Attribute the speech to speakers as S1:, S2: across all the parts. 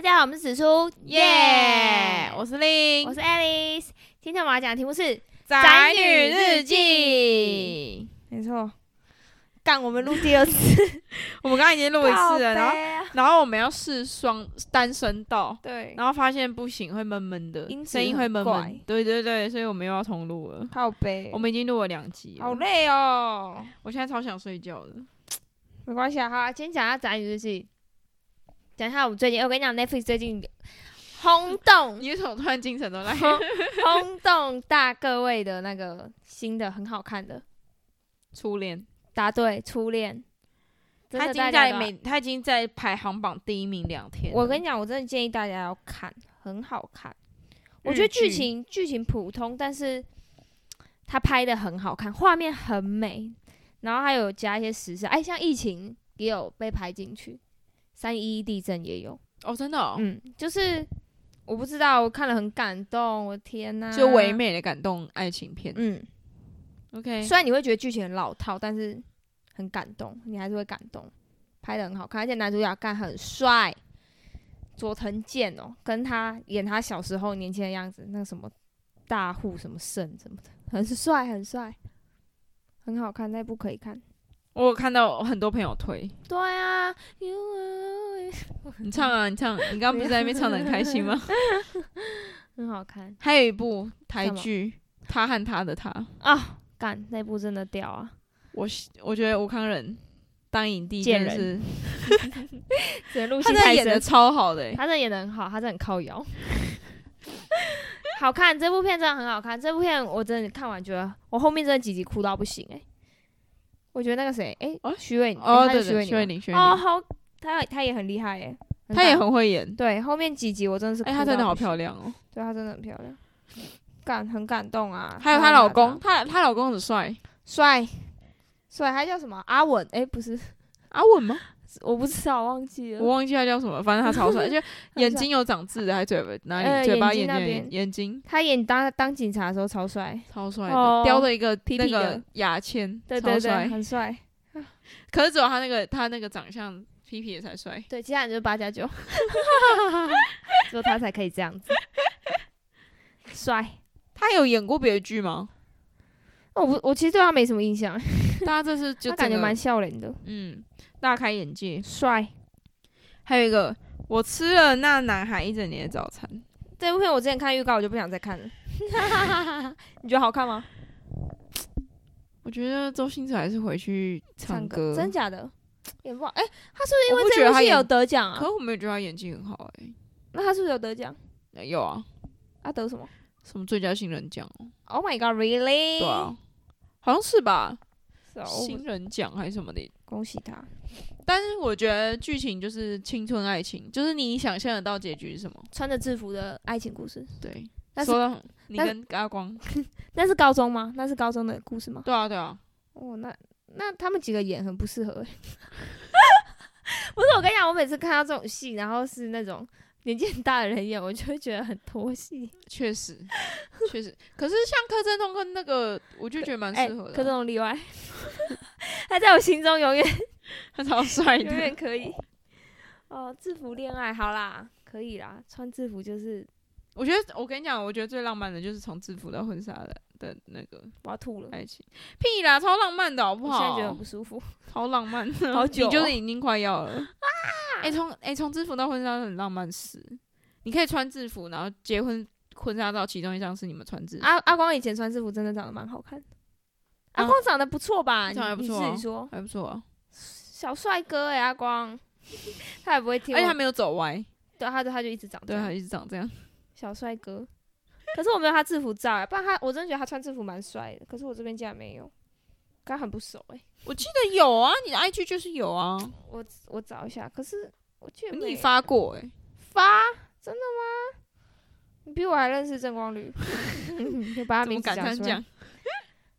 S1: 家好，我们是紫苏，
S2: 耶、我是令，
S1: 我是 Alice。今天我们要讲的题目是
S2: 宅
S1: 宅
S2: 女
S1: 女日
S2: 日
S1: 记
S2: 记，没错。干，我们录 第二次，我们刚刚已经录一
S1: 靠
S2: 次了，然后
S1: 背啊
S2: 然后我们要试双单声道，
S1: 对
S2: 然后发现不行，会闷闷的
S1: 音，质
S2: 声音会闷
S1: 很
S2: 闷
S1: 怪，
S2: 对对对，所以我们又要重录了。
S1: 靠背
S2: 我们已经录了两集了，
S1: 累哦。
S2: 我现在超想睡觉的。
S1: 没关系啊，好啊，今天讲一下宅女日记，讲一下我们最近，哎我跟你讲，Netflix 最近轰动
S2: 你为什么突然精神都来？
S1: 轰动大各位的那个新的很好看的，
S2: 初恋，
S1: 答对，初恋。真
S2: 他
S1: 的
S2: 已
S1: 大
S2: 经
S1: 家
S2: 在
S1: 都要
S2: 每他已经在排行榜第一名两天了。
S1: 我跟你讲，我真的建议大家要看，很好看。我觉得
S2: 日
S1: 剧
S2: 剧
S1: 情剧情普通，但是他拍的很好看，画面很美，然后还有加一些时尚。哎，像疫情也有被拍进去，三一一地震也有。
S2: 哦，真的哦，
S1: 嗯，就是我不知道，我看了很感动，我天呐，
S2: 就唯。美的感动爱情片。
S1: 嗯，
S2: OK，
S1: 虽然你会觉得剧情很老套，但是很感动，你还是会感动，拍的很好看，而且男主角干很帅，佐藤健哦，跟他演他小时候年轻的样子，那个什么大户什么胜什么的，很帅很帅，很好看，那部可以看。
S2: 我有看到很多朋友推，
S1: 对啊，You are always-
S2: 你唱啊，你唱，你刚刚不是在那边唱的很开心吗？
S1: 很好看
S2: 还有一部台
S1: 什么
S2: 剧《他和他的他》，
S1: 啊、干那部真的屌啊，
S2: 我喜我觉得吴康仁当影帝
S1: 贱
S2: 真的是，
S1: 只能录
S2: 他
S1: 戏
S2: 真的
S1: 太
S2: 演的
S1: 深，
S2: 超好的欸、
S1: 他真的演的很好，他真的很靠摇。 好看，这部片真的很好看。这部片我真的看完觉得，我后面真的几集哭到不行哎、我觉得那个谁，哎、
S2: 哦
S1: 徐伟，
S2: 哦，
S1: 诶他
S2: 对
S1: 是徐
S2: 对，
S1: 伟
S2: 徐伟宁，徐伟
S1: 宁吗哦，
S2: 宁，
S1: 好，他他也很厉害哎、很
S2: 他也
S1: 感
S2: 很会演，
S1: 对。后面几集我真的是，
S2: 哎，她真的好漂，亮哦。
S1: 对她真的很漂亮，感很感动啊。
S2: 还有她
S1: 她
S2: 老公，她她老公很帅，
S1: 帅，帅，他叫什么？阿文？哎、不是，
S2: 阿稳吗？
S1: 我不知道，忘记
S2: 我
S1: 了。
S2: 忘记他叫什么，反正他超 帅，就
S1: 帅
S2: 眼睛有长痣的，还嘴巴哪
S1: 呃
S2: 里？嘴巴
S1: 眼睛
S2: 眼
S1: 那
S2: 睛
S1: 边
S2: 眼眼睛
S1: 他演当当警察的时候超帅，
S2: 超帅
S1: 哦
S2: 的，叼着一个
S1: 皮
S2: 那
S1: 皮的
S2: 个牙签，
S1: 对对
S2: 超
S1: 对，
S2: 帅。
S1: 很帅。
S2: 可是只有他那个他那个长相，皮皮也才帅。
S1: 对，其他人就是八加九， 只有他才可以这样子， 帅。
S2: 他有演过别的剧吗？
S1: 哦我不，我其实对他没什么印象，
S2: 大家这次就
S1: 他感觉
S2: 整个
S1: 蛮笑脸的，
S2: 嗯，大开眼界。
S1: 帅。
S2: 还有一个，我吃了那男孩一整年的早餐，
S1: 这部片我之前看预告，我就不想再看 了。你觉得好看吗？
S2: 我觉得周星驰还是回去唱歌，
S1: 真假的？演不好？哎、因
S2: 因
S1: 为这部戏有得奖
S2: 可
S1: 啊
S2: 是，我没有觉得他演技很好哎、
S1: 那他是不是有得奖？
S2: 呃有啊，
S1: 他、得什么
S2: 什么最佳新人奖哦？
S1: ？Oh my god, really？
S2: 对啊，好像是吧，
S1: So，
S2: 新人奖还是什么的。
S1: 啊恭喜他。
S2: 但是我觉得剧情就是青春爱情，就是你想象得到结局是什么？
S1: 穿着制服的爱情故事，
S2: 对，
S1: 但是
S2: 说到你
S1: 但
S2: 跟阿光，
S1: 那是高中吗？那是高中的故事吗？
S2: 对啊对啊，
S1: 哦，那那他们几个演很不适合 欸。 不是，我跟你讲，我每次看到这种戏，然后是那种年纪很大的人演，我就会觉得很拖戏。
S2: 确实，确实。可是像柯震东跟那个，我就觉得蛮
S1: 哎、
S2: 适合
S1: 可这
S2: 的啊、
S1: 种例外， 他在我心中永远
S2: 他啊 超帅
S1: 永远
S2: 的。
S1: 可以。哦，制服恋爱好啦，可以啦，穿制服就是
S2: 我觉得，我跟你讲，我觉得最浪漫的就是从制服到婚纱的的那个
S1: 我要吐了，
S2: 爱情。屁啦，超浪漫的哎好不
S1: 我
S2: 好？
S1: 现在觉得很不舒服。
S2: 超浪漫的，
S1: 好久哦啊
S2: 你就是已经快要了。哎、从哎从制服到婚纱很浪漫死。你可以穿制服，然后结婚婚纱照其中一张是你们穿制服，
S1: 阿阿光以前穿制服真的长得蛮好看的，阿
S2: 嗯
S1: 光长得不错吧？你
S2: 长得不错
S1: 你
S2: 啊
S1: 自己说，
S2: 还不错啊。
S1: 小帅哥哎、阿光， 他也不会听
S2: 而
S1: 我
S2: 且
S1: 们，
S2: 他没有走歪，
S1: 对，他就他就一直长这
S2: 对，
S1: 样
S2: 他一直长这样。
S1: 小帅哥。可是我没有他制服照、欸，不然他我真的觉得他穿制服蛮帅的。可是我这边竟然没有，跟他很不熟哎、
S2: 我记得有啊，你的 IG 就是有啊，
S1: 我我找一下，可是我记得没
S2: 你发过哎、
S1: 发真的吗？你比我还认识郑光 旅，就把他
S2: 怎
S1: 名
S2: 么
S1: 字
S2: 敢这样
S1: 出来
S2: 讲？。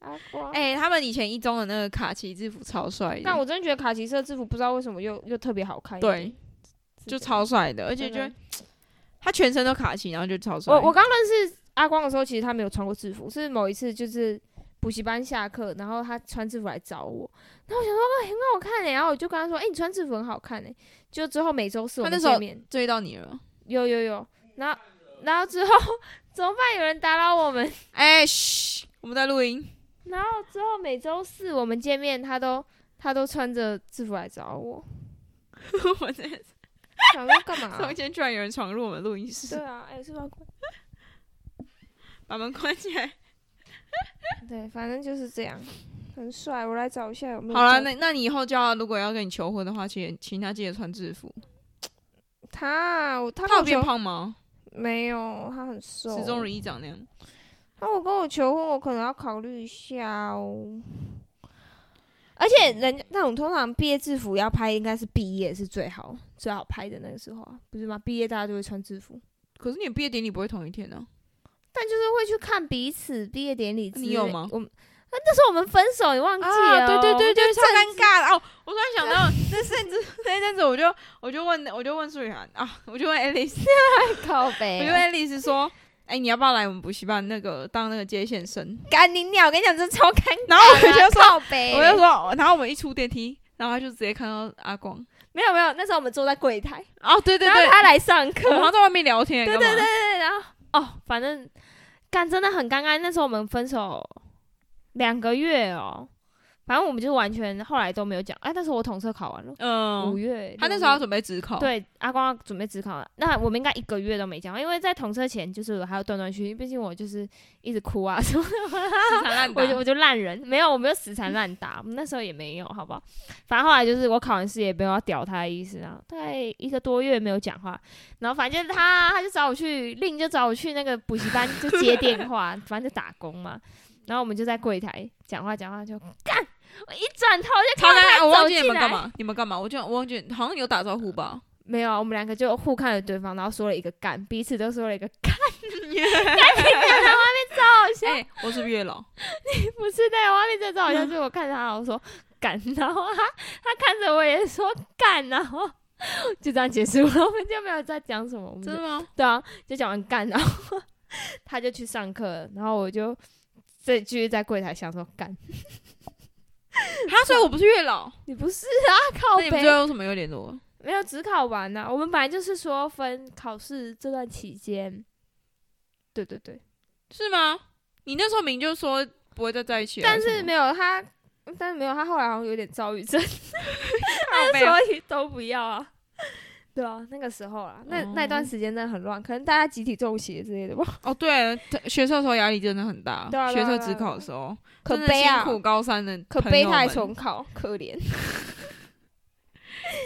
S1: 阿光，哎、
S2: 哎、他们以前一中的那个卡其制服超帅的，
S1: 但我真的觉得卡其色制服不知道为什么又又特别好看一点，
S2: 对，就超帅的，而且就
S1: 真的
S2: 他全身都卡其，然后就超帅。
S1: 我我刚认识阿光的时候，其实他没有穿过制服，是某一次就是补习班下课，然欸啊后他穿制服来找我，然后我想说、哎很好看哎、然后我就跟他说，哎、你穿制服很好看哎、就之后每周四我
S2: 他
S1: 们
S2: 那时候嗯
S1: 见面，
S2: 追到你了，
S1: 有有有，然后然后 之后怎么办？有人打扰我们，
S2: 哎、嘘，我们在录音，
S1: 然后之后每周四我们见面，他都他都穿着制服来找我，
S2: 我们在
S1: 想说干嘛、
S2: 中间居然有人闯入我们录音室
S1: 啊 对，啊，哎、是不是要关？
S2: 把门关起来。
S1: 对，反正就是这样，很帅。我来找一下有没有
S2: 好了，
S1: 照
S2: 那那你以后就要如果要跟你求婚的话，请请他记得穿制服。
S1: 他啊我他
S2: 他
S1: 跟
S2: 有
S1: 我
S2: 变
S1: 求
S2: 胖吗？
S1: 没有，他很瘦。
S2: 始终如一长那样。
S1: 那我跟我求婚，我可能要考虑一下哦。而且人家那种通常毕业制服要拍，应该是毕业是最好最好拍的那个时候啊，不是吗？毕业大家就会穿制服，
S2: 可是你的毕业典礼不会同一天呢、
S1: 但就是会去看彼此毕业典礼之类。
S2: 你有吗啊
S1: 我们啊那时候我们分手，你忘记了、
S2: 对对对对，
S1: 就
S2: 超尴尬了哦！我突然想 到，那甚至那一阵子，我就我就问我就问素媛啊，我就问 Alice，
S1: 是靠
S2: 我
S1: 北
S2: 就问 Alice 说，哎、你要不要来我们补习班那个当那个接线生？
S1: 干你鸟！我跟你讲，这超尴尬的啊。
S2: 然后 我就说
S1: 靠哎北，
S2: 我就说，然后我们一出电梯，然后他就直接看到阿光。
S1: 没有没有，那时候我们坐在柜台，
S2: 哦，对对
S1: 然后
S2: 对，
S1: 他来上课，
S2: 我们好像在外面聊天，
S1: 对
S2: 干
S1: 对
S2: 嘛
S1: 对，对，然后哦，反正干真的很尴尬。那时候我们分手两个月哦，反正我们就完全后来都没有讲。哎，那时候我统测考完了，五
S2: 嗯，
S1: 月，
S2: 他那
S1: 六
S2: 时候要
S1: 月
S2: 准备职考，
S1: 对阿光要准备自考了，那我们应该一个月都没讲话，因为在统测前就是我还有断断续续，毕竟我就是一直哭啊 什么
S2: 死缠烂打，
S1: 我就我就烂人，没有，我没有死缠烂打，我们那时候也没有，好不好？反正后来就是我考完试也没有要屌他的意思啊，大概一个多月没有讲话，然后反正就是他他就找我去，令就找我去那个补习班就接电话，反正就打工嘛。然后我们就在柜台讲话讲话就干，我一转头就
S2: 超
S1: 看到
S2: 尴尬，
S1: 他
S2: 我
S1: 走
S2: 忘记你
S1: 进
S2: 们干
S1: 来，
S2: 嘛，你们干嘛？我就我忘记，好像有打招呼吧？
S1: 没有啊，我们两个就互看了对方，然后说了一个干，彼此都说了一个干，好笑。
S2: 哎、我是 月老，
S1: 不是在外面在照相，就是我看着他，我说干，然后他他看着我也说干，然后就这样结束了，我们就没有再讲什么，我们就
S2: 真的吗？
S1: 对啊，就讲完干，然后他就去上课了，然后我就再继续在柜台想说干，
S2: 他所以我不是月老，
S1: 你不是啊，靠
S2: 那你们
S1: 北
S2: 最后为什么又联络？
S1: 没有只考完呐、我们本来就是说分考试这段期间，对对对，
S2: 是吗？你那时候明就说不会再在一起了，
S1: 但
S2: 还
S1: 是
S2: 什么
S1: 没有他，但是没有他后来好像有点躁郁症。
S2: 靠背啊
S1: 所以都不要啊。 对啊，那个时候啊，那、那段时间真的很乱，可能大家集体中邪之类的 吧，
S2: 哦，对，他学测的时候压力真的很大，
S1: 对啊对
S2: 学
S1: 啊
S2: 测
S1: 对啊
S2: 只考的时候，
S1: 可
S2: 真的
S1: 悲啊
S2: 辛，苦高三的
S1: 可
S2: 朋
S1: 悲
S2: 友
S1: 太
S2: 们
S1: 重考，可 怜，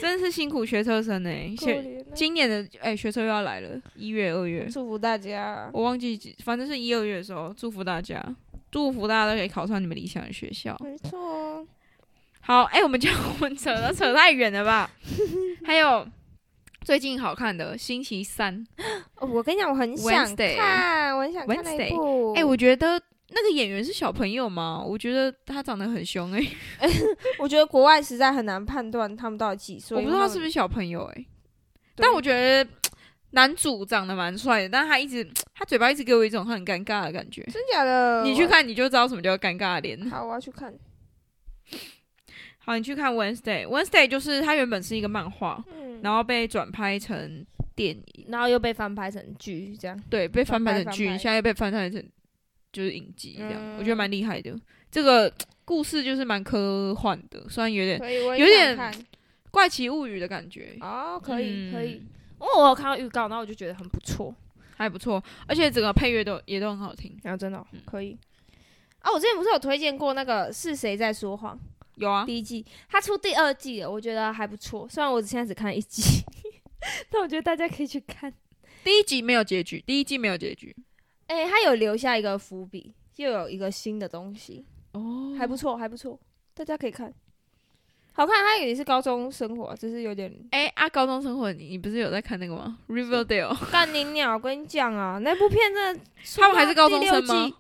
S2: 真的是辛苦学测生哎、
S1: 可
S2: 学
S1: 怜啊、
S2: 今年的哎、学测又要来了，一月二月，
S1: 祝福大家，
S2: 我忘记几，反正是一二月的时候，祝福大家，祝福大家都可以考上你们理想的学校。
S1: 没错哦，
S2: 好，哎、我们讲 我们扯了扯太远了 吧？还有最近好看的《星期三》
S1: 哦我跟你讲，我很想
S2: Wednesday
S1: 看，我很想看那一
S2: Wednesday
S1: 部，
S2: 哎、我觉得那个演员是小朋友吗？我觉得他长得很凶哎、
S1: 我觉得国外实在很难判断他们到底几岁，
S2: 我不知道他是不
S1: 是，
S2: 是小朋友哎、
S1: 对
S2: 但我觉得嗯男主长得蛮帅的，但他一直他嘴巴一直给我一种他很尴尬的感觉。
S1: 真假的，
S2: 你去，看你就知道什么叫尴尬的脸。
S1: 好，我要去看，
S2: 好，你去看 Wednesday，Wednesday 就是它原本是一个漫画，
S1: 嗯，
S2: 然后被转拍成电影，
S1: 然后又被翻拍成剧，这样，
S2: 对，被翻拍成剧，
S1: 翻拍翻拍
S2: 现在又被翻拍成就是影集这样，
S1: 嗯
S2: 我觉得蛮厉害的。这个故事就是蛮科幻的，虽然有点
S1: 所以我也
S2: 有点
S1: 想看，
S2: 怪奇物语的感觉，
S1: 哦，可以、
S2: 嗯
S1: 可以，因为哦我有看到预告，然后我就觉得很不错。
S2: 还不错，而且整个配乐都也都很好听。
S1: 然后真的哦、
S2: 嗯
S1: 可以。啊，我之前不是有推荐过那个《是谁在说谎》
S2: 有啊，
S1: 第一季，它出第二季了，我觉得还不错。虽然我现在只看了一集， 但我觉得大家可以去看。
S2: 第一集没有结局，第一季没有结局，
S1: 哎、它有留下一个伏笔，又有一个新的东西，
S2: 哦
S1: 还不错，还不错，大家可以看。好看，它也是高中生活，只是有点
S2: 哎、啊，高中生活你你不是有在看那个吗？Riverdale，
S1: 干你鸟！我跟你讲啊，那部片真的出
S2: 他们还
S1: 到
S2: 是高
S1: 第
S2: 中
S1: 六
S2: 生吗
S1: 季？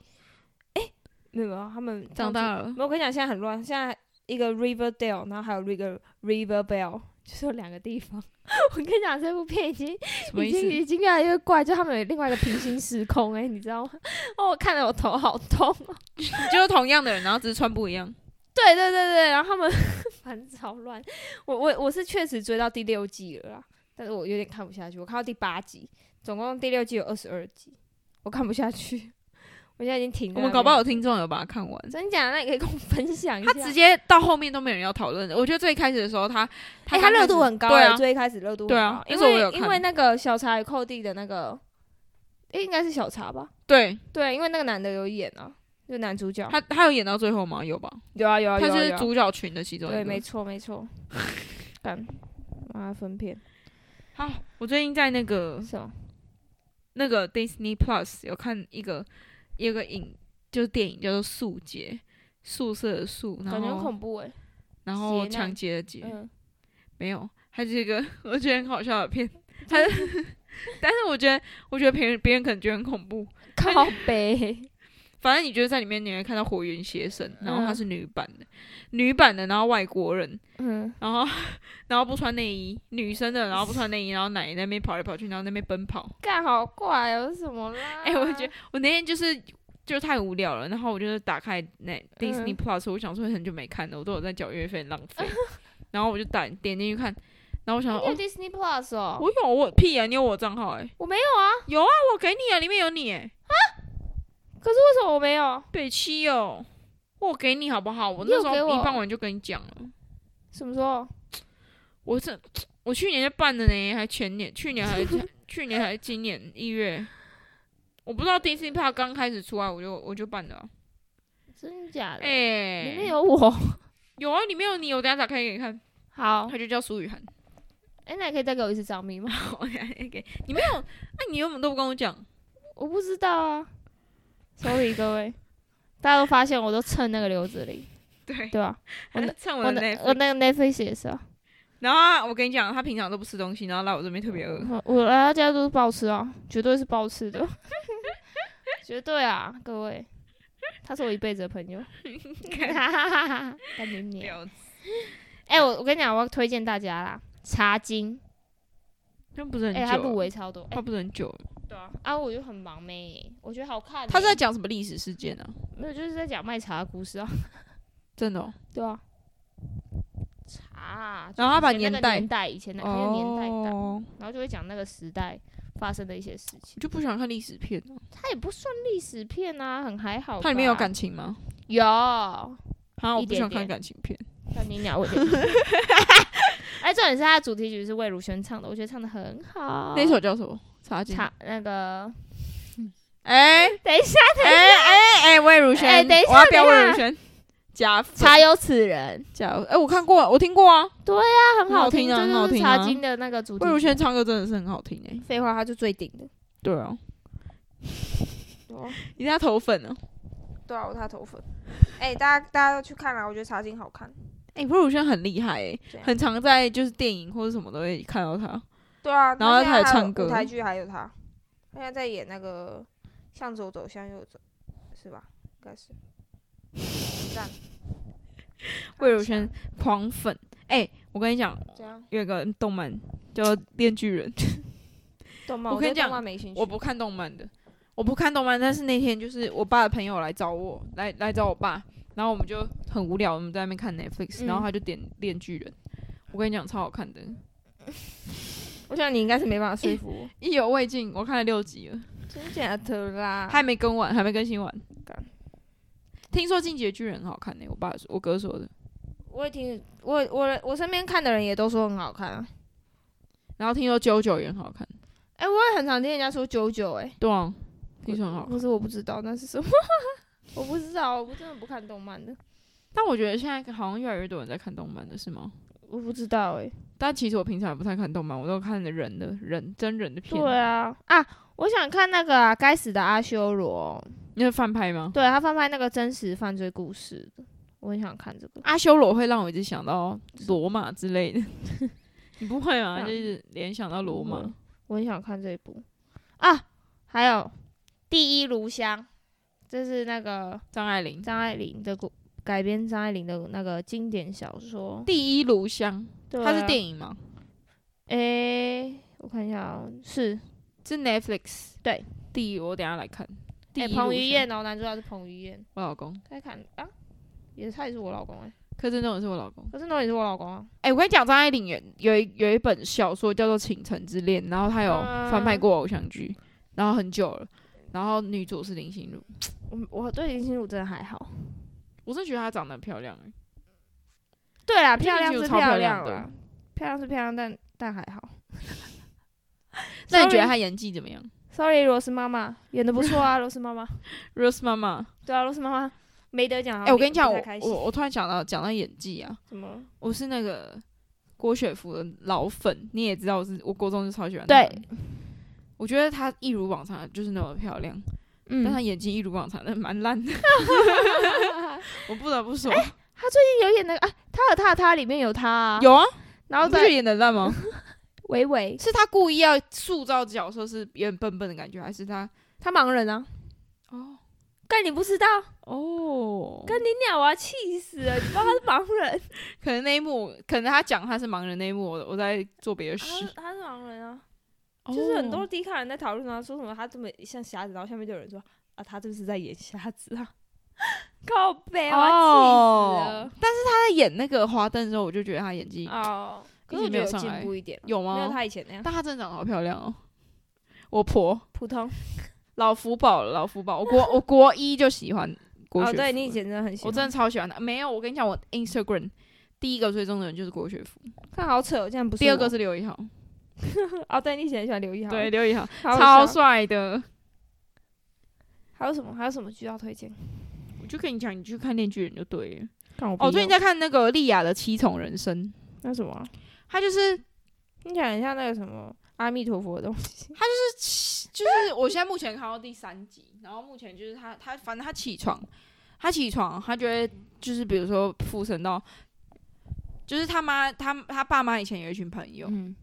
S1: 没有没有，他们他
S2: 长
S1: 们
S2: 大了
S1: 没有我跟你讲，现在很乱，现在一个 Riverdale，然后还有一个 Riverbell，就是有两个地方。 我跟你讲，这部片已经
S2: 什么
S1: 已
S2: 意
S1: 经
S2: 思？
S1: 已经越来越怪，就他们有另外一个平行时空、 哎，你知道吗？哦，我看得我头好痛哦。
S2: 就是同样的人，然后只是穿不一样。
S1: 对对对对，然后他们 反正超乱。我我我是确实追到第六季了啦，但是我有点看不下去。我看到第八集，总共第六季有二十二集，我看不下去。我现在已经停了。
S2: 我们搞不好有听众有把它看完。
S1: 真假？那你可以跟我分享一下。
S2: 他直接到后面都没有人要讨论。我觉得最开始的时候他，他
S1: 哎，他
S2: 刚开
S1: 热
S2: 始
S1: 度很高、
S2: 对
S1: 欸，
S2: 啊，
S1: 最一开始热度很
S2: 对啊
S1: 高
S2: 那
S1: 因
S2: 时候我
S1: 为
S2: 有
S1: 因
S2: 看
S1: 为那个小茶与寇弟的那个，诶应该是小茶吧？
S2: 对
S1: 对，因为那个男的有演啊，就男主角，
S2: 他他有演到最后吗？有吧？
S1: 有啊有啊有
S2: 他
S1: 啊，
S2: 是
S1: 有啊
S2: 主角群的其中一个。
S1: 对，没错没 错，干妈分片
S2: 好，啊我最近在那个
S1: 什么？
S2: 那个 Disney Plus 有看一个一个影，就是电影叫做《宿劫》，宿舍的宿，
S1: 感
S2: 然
S1: 觉很
S2: 后
S1: 恐怖哎、
S2: 然后
S1: 劫难
S2: 抢劫的劫，
S1: 嗯，
S2: 没有，它是一个 我觉得很好笑的片。它
S1: 哦
S2: 是， 但是我觉得我觉得别人别人可能觉得很恐怖，
S1: 靠北，
S2: 反正你觉得在里面你会看到火云邪神，然后
S1: 嗯
S2: 她是女版的，女版的，然后外国人，
S1: 嗯，
S2: 然后 然后不穿内衣，女生的，然后不穿内衣，然后奶奶在那边跑来跑去，然后在那边奔跑。
S1: 干好怪哦，是什么啦？
S2: 哎、我觉得我那天就是就太无聊了，然后我就是打开那 Disney
S1: 嗯
S2: Plus，、我想说很久没看了，我都有在缴月费，浪 费。然后我就打点进去看，然后我想
S1: 哎你有
S2: 说，哦，
S1: Disney Plus 哦，
S2: 我有我屁啊，你有我账号哎、
S1: 我没有啊，
S2: 有啊，我给你啊，里面有你哎、
S1: 可是为什么我没有？
S2: 北七哦，我有给你好不好？我
S1: 你有
S2: 那时候
S1: 给
S2: 一
S1: 我
S2: 办完就跟你讲了，
S1: 什么时候？
S2: 我这我去年就办的呢，还前年，去年还 去年还今年一月。我不知道 Disney Plus 刚开始出来，我就我就办的、啊。
S1: 真的假的？
S2: 哎、
S1: 里面有 我。
S2: 有啊，里面有你，我等一下打开给你看。
S1: 好，
S2: 他就叫苏雨涵。
S1: 哎、那你可以再给我一次张咪吗？
S2: OK，你没有？那、你原本都不跟我讲。
S1: 我不知道啊，sorry 各位，大家都发现我都蹭那个刘子玲，
S2: 对，
S1: 对吧？我那
S2: 趁
S1: 我
S2: 我的
S1: 那
S2: 那，
S1: 我那个 Netflix 也是啊，
S2: 然后啊我跟你讲，他平常都不吃东西，然后来我这边特别饿。
S1: 我我来他家都是暴吃啊，绝对是暴吃的， 绝对啊，各位，他是我一辈子的朋 友，感觉你啊。
S2: 婊子，
S1: 哎、我我跟你讲，我要推荐大家啦，茶经，
S2: 那不是很
S1: 哎、
S2: 久、哦
S1: 他入围超多，哎、
S2: 他不是很久了。
S1: 对啊，啊，我就很忙咩，我觉得好看、欸
S2: 他是在讲什么历史事件啊？
S1: 没有，就是在讲卖茶的故事啊。
S2: 真的、哦？
S1: 对啊，茶啊、
S2: 然后他把
S1: 以前那个
S2: 年代
S1: 年代以前的很有年代感，
S2: 哦，
S1: 然后就会讲那个时代发生的一些事
S2: 我
S1: 情。
S2: 就不想看历史片了。
S1: 它也不算历史片啊，很还好吧。
S2: 它里面有感情吗？
S1: 有，
S2: 啊，我不想
S1: 一点
S2: 看
S1: 点
S2: 感情片。
S1: 但你鸟我点。 哎，重点是它的主题曲是魏如萱唱的，我觉得唱的很好。
S2: 那首叫什么？茶经。
S1: 唱那个，
S2: 哎
S1: 等一下，
S2: 哎哎哎，魏如萱，
S1: 哎等一下
S2: 我要标
S1: 等一下
S2: 魏如萱。假粉
S1: 茶有此人，
S2: 假哎、我看过啊，我听过啊。
S1: 它很好
S2: 很好听啊很
S1: 这
S2: 好
S1: 就是
S2: 听啊
S1: 茶经的那个主题
S2: 魏如
S1: 曲。
S2: 萱唱歌真的是很好听哎、
S1: 废话，它就最顶的。
S2: 对啊，
S1: 对啊
S2: 你家头粉呢、
S1: 对啊，我他头粉。哎、大家大家都去看啊啦、我觉得茶经好看。
S2: 哎、魏如萱很厉害哎、
S1: 对啊
S2: 很常在就是电影或者什么都会看到她。
S1: 对啊，
S2: 然后
S1: 那现
S2: 他
S1: 在
S2: 也
S1: 还有
S2: 唱歌
S1: 舞台剧还有他，他现在在演那个向左走，向右走，是吧？应该 是。 赞。
S2: 魏如萱狂粉哎、我跟你讲，
S1: 这样，
S2: 有一个动漫叫《恋巨人》，
S1: 动漫
S2: 我跟你
S1: 对动
S2: 讲
S1: 漫没兴趣。
S2: 我不看动漫的，我不看动漫。但是那天就是我爸的朋友来找我，来来找我爸，然后我们就很无聊，我们在那边看 Netflix，、
S1: 嗯
S2: 然后他就点《恋巨人》，我跟你讲超好看的，
S1: 我想你应该是没办法说服我。
S2: 意犹未尽，我看了六集了，
S1: 真假的啦？
S2: 还没更完，还没更新完
S1: 干。
S2: 听说《进击的巨人》很好看呢、我爸说我哥说的。
S1: 我也听，我我我身边看的人也都说很好看啊。
S2: 然后听说九九也很好看，
S1: 哎、我也很常听人家说九九，哎，
S2: 对啊，听说很好看。
S1: 可是我不知道那是什么， 我不知道，我真的不看动漫的，
S2: 但我觉得现在好像越来越多人在看动漫的是吗？
S1: 我不知道、哎。
S2: 但其实我平常也不太看动漫，我都看人的人真人的片。
S1: 对啊，啊，我想看那个啊，该死的阿修罗，
S2: 你是翻拍吗？
S1: 对他翻拍那个真实犯罪故事的，我很想看这个。
S2: 阿修罗会让我一直想到罗马之类的， 你不会吗？
S1: 啊
S2: 就是联想到
S1: 不
S2: 罗
S1: 会
S2: 马。
S1: 我很想看这一部啊，还有《第一炉香》，这是那个
S2: 张爱玲《
S1: 张爱玲的故改编张爱玲的那个经典小说。
S2: 第一炉香》，
S1: 对、
S2: 它是
S1: 影，
S2: 电影吗？
S1: 诶、我看一下、哦，是
S2: 是 Netflix
S1: 对。
S2: 第一，我等一下来看。第
S1: 诶、
S2: 一
S1: 彭
S2: 炉
S1: 于
S2: 香，
S1: 晏哦，男主角是彭于晏。
S2: 我老公。
S1: 该看啊，也他也是我老公哎、
S2: 柯震东也是我老公。
S1: 可是那也是我老公啊。
S2: 哎、我跟你讲，张爱玲有有一有一本小说叫做《倾城之恋》，然后她有翻拍过偶像剧，然后很久了，然后女主是林心如，
S1: 我我对林心如真的还好。
S2: 我是觉得她长得很漂亮、欸，
S1: 对啦，
S2: 我觉
S1: 漂
S2: 得
S1: 亮
S2: 林心如
S1: 是
S2: 超漂
S1: 亮
S2: 亮
S1: 啦
S2: 的，。啊
S1: 漂亮是漂亮，但但还好。
S2: 那你觉得
S1: Sorry
S2: 她演技怎么样
S1: ？Sorry，罗斯妈妈演的不错 啊，罗斯妈妈。
S2: ？Rose 妈妈，
S1: 对啊，罗斯妈妈没得奖啊。
S2: 哎、我跟你讲，我
S1: 不太开心
S2: 我我突然想到讲到演技啊，
S1: 怎么？
S2: 我是那个郭雪芙的老粉，你也知道我是我国中就超喜欢她
S1: 对
S2: 的，我觉得她一如往常就是那么漂亮，但她
S1: 嗯，
S2: 演技一如往常，但蛮烂 的，我不得不说，
S1: 有演那个啊，他和他的他里面有他、啊，，
S2: 有啊，
S1: 然后
S2: 你不觉得
S1: 再
S2: 演的烂吗？
S1: 维维，
S2: 是他故意要塑造角色是有点笨笨的感觉，还是他
S1: 他盲人啊。
S2: 哦
S1: 但你不知道，
S2: 哦？
S1: 跟你鸟啊，气死了！你不知道他是盲 人，
S2: 可能那一幕，可能他讲他是盲人那一幕，我我在做别的事，
S1: 他是盲人啊。
S2: 哦
S1: 就是很多低卡人在讨论啊，说什么他这么像瞎子，然后下面就有人说啊，他就是在演瞎子啊， 靠背，我要气死
S2: 哦
S1: 了。
S2: 他在演那个花灯的时候，我就觉得他演技
S1: 哦，可是
S2: 一
S1: 我
S2: 直没
S1: 觉
S2: 有
S1: 得有
S2: 上
S1: 进
S2: 来哦
S1: 步一点，
S2: 啊有
S1: 没有
S2: 吗？
S1: 他以前那样
S2: 但他真的长得好漂亮哦，我婆
S1: 普通。
S2: 老福宝了，老福宝，我国 我国一就喜欢郭
S1: 哦，
S2: 雪芙了，
S1: 对你以前真的很喜欢，
S2: 我真的超喜欢他。没有，我跟你讲，我 Instagram 第一个追踪的人就是郭雪芙，
S1: 看好扯哦，竟然不是
S2: 第二
S1: 我
S2: 个是刘以豪，
S1: 哦，对你以前很喜欢刘亦豪，
S2: 对，刘以豪
S1: 好好
S2: 超
S1: 笑。
S2: 帅的。
S1: 啊还有什么还有什么剧要推荐？
S2: 我就跟你讲，你去看《恋巨人》就对了。
S1: 看我
S2: 哦，最近在看那个莉亚的《七重人生》，
S1: 那什么啊，
S2: 她就是
S1: 听起来很像那个什么阿弥陀佛的东西。
S2: 就是我现在目前看到第三集，然后目前就是她她反正她起床，她起床，她就会就是比如说附身到，就是他妈他他爸妈以前有一群朋友，
S1: 嗯，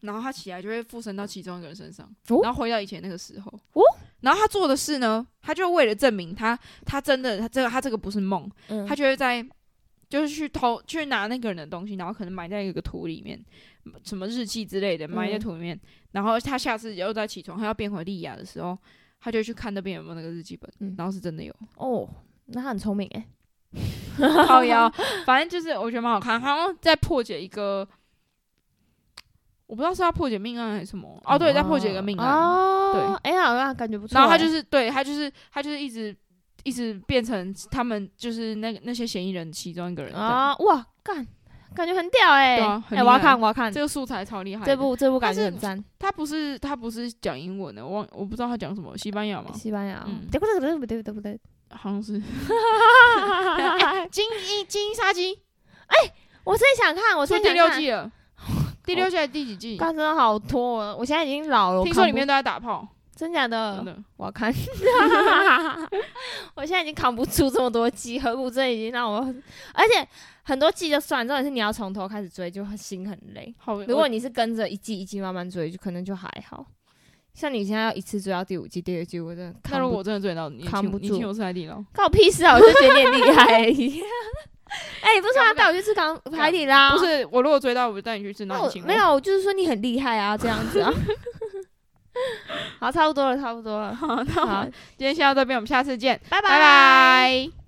S2: 然后她起来就会附身到其中一个人身上，
S1: 哦
S2: 然后回到以前那个时候。
S1: 哦
S2: 然后她做的事呢，她就为了证明她她真的她这个她这个不是梦，
S1: 嗯
S2: 他就会在就是去偷去拿那个人的东西，然后可能埋在一个土里面，什么日记之类的埋在
S1: 嗯
S2: 土里面。然后他下次又再起床，他要变回莉亚的时候，他就去看那边有没有那个日记本，
S1: 嗯
S2: 然后是真的有。
S1: 哦，那他很聪明
S2: 欸
S1: 哎。
S2: 靠腰，反正就是我觉得蛮好看，好像在破解一个。我不知道是要破解命案还是什么哦，对，在破解一个命案，
S1: 哦，哎呀，那感觉不错哎。
S2: 然后他就是对他就是他就是一直一直变成他们就是那个那些嫌疑人其中一个人这样
S1: 啊，哇，干，感觉很屌哎、
S2: 对
S1: 欸！
S2: 啊很
S1: 哎、
S2: 厉
S1: 我要
S2: 害
S1: 看，我要看
S2: 这个素材超厉害的。
S1: 这部，这部感
S2: 但
S1: 觉
S2: 是
S1: 很赞。
S2: 他不是他不是讲英文的，我忘我不知道他讲什么，西班牙吗？
S1: 西班牙
S2: 嗯，
S1: 对不对？对不对？对不 对？
S2: 好像是。
S1: 哎
S2: 金一金一杀鸡
S1: 我最想看，我
S2: 出
S1: 最
S2: 第
S1: 想
S2: 六
S1: 看。
S2: 季了，
S1: 哦
S2: 第六季还是第几季？
S1: 干真的好多哦，我现在已经老了。我
S2: 听
S1: 看
S2: 说里
S1: 不呃
S2: 面都在打炮，
S1: 真假的，
S2: 真的。
S1: 我要 看。 我现在已经扛不住这么多季，何苦这已经让我，而且很多季就算，重点是你要从头开始追，就很心很累。
S2: 好，
S1: 如果
S2: 我
S1: 你是跟着一季一季慢慢追，就可能就还好。像你现在要一次追到第五季、第六季，我真的
S2: 那
S1: 看
S2: 如
S1: 不
S2: 果我真的追到你，你
S1: 扛
S2: 请
S1: 不
S2: 你
S1: 住
S2: 请我吃海底捞。
S1: 关我屁事啊！我就觉得你很厉害而 已。哎、你不是说要带我去吃港海底捞？
S2: 不，是，我如果追到，我就带你去吃，那
S1: 那
S2: 你
S1: 我
S2: 请我。
S1: 哦没有，我就是说你很厉害啊，这样 子啊。好，差不多了，差不多了，
S2: 好，那我
S1: 好
S2: 们，今天先到这边，我们下次见，
S1: 拜拜
S2: 拜拜。